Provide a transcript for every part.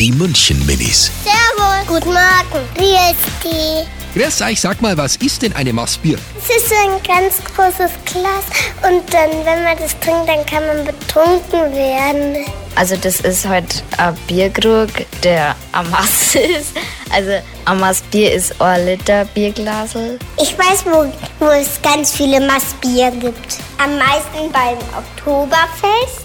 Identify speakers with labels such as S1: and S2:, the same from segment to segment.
S1: Die München Minis.
S2: Servus. Guten Morgen. Wie ist die?
S1: Grüß euch, sag mal, was ist denn eine Maß Bier?
S2: Es ist so ein ganz großes Glas und dann, wenn man das trinkt, dann kann man betrunken werden.
S3: Also das ist halt ein Bierkrug, der Amas ist. Also Amas Bier ist ein Liter Bierglasel.
S2: Ich weiß, wo, wo es ganz viele Massbier gibt. Am meisten beim Oktoberfest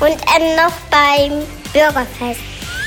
S2: und ähm, noch beim Bürgerfest.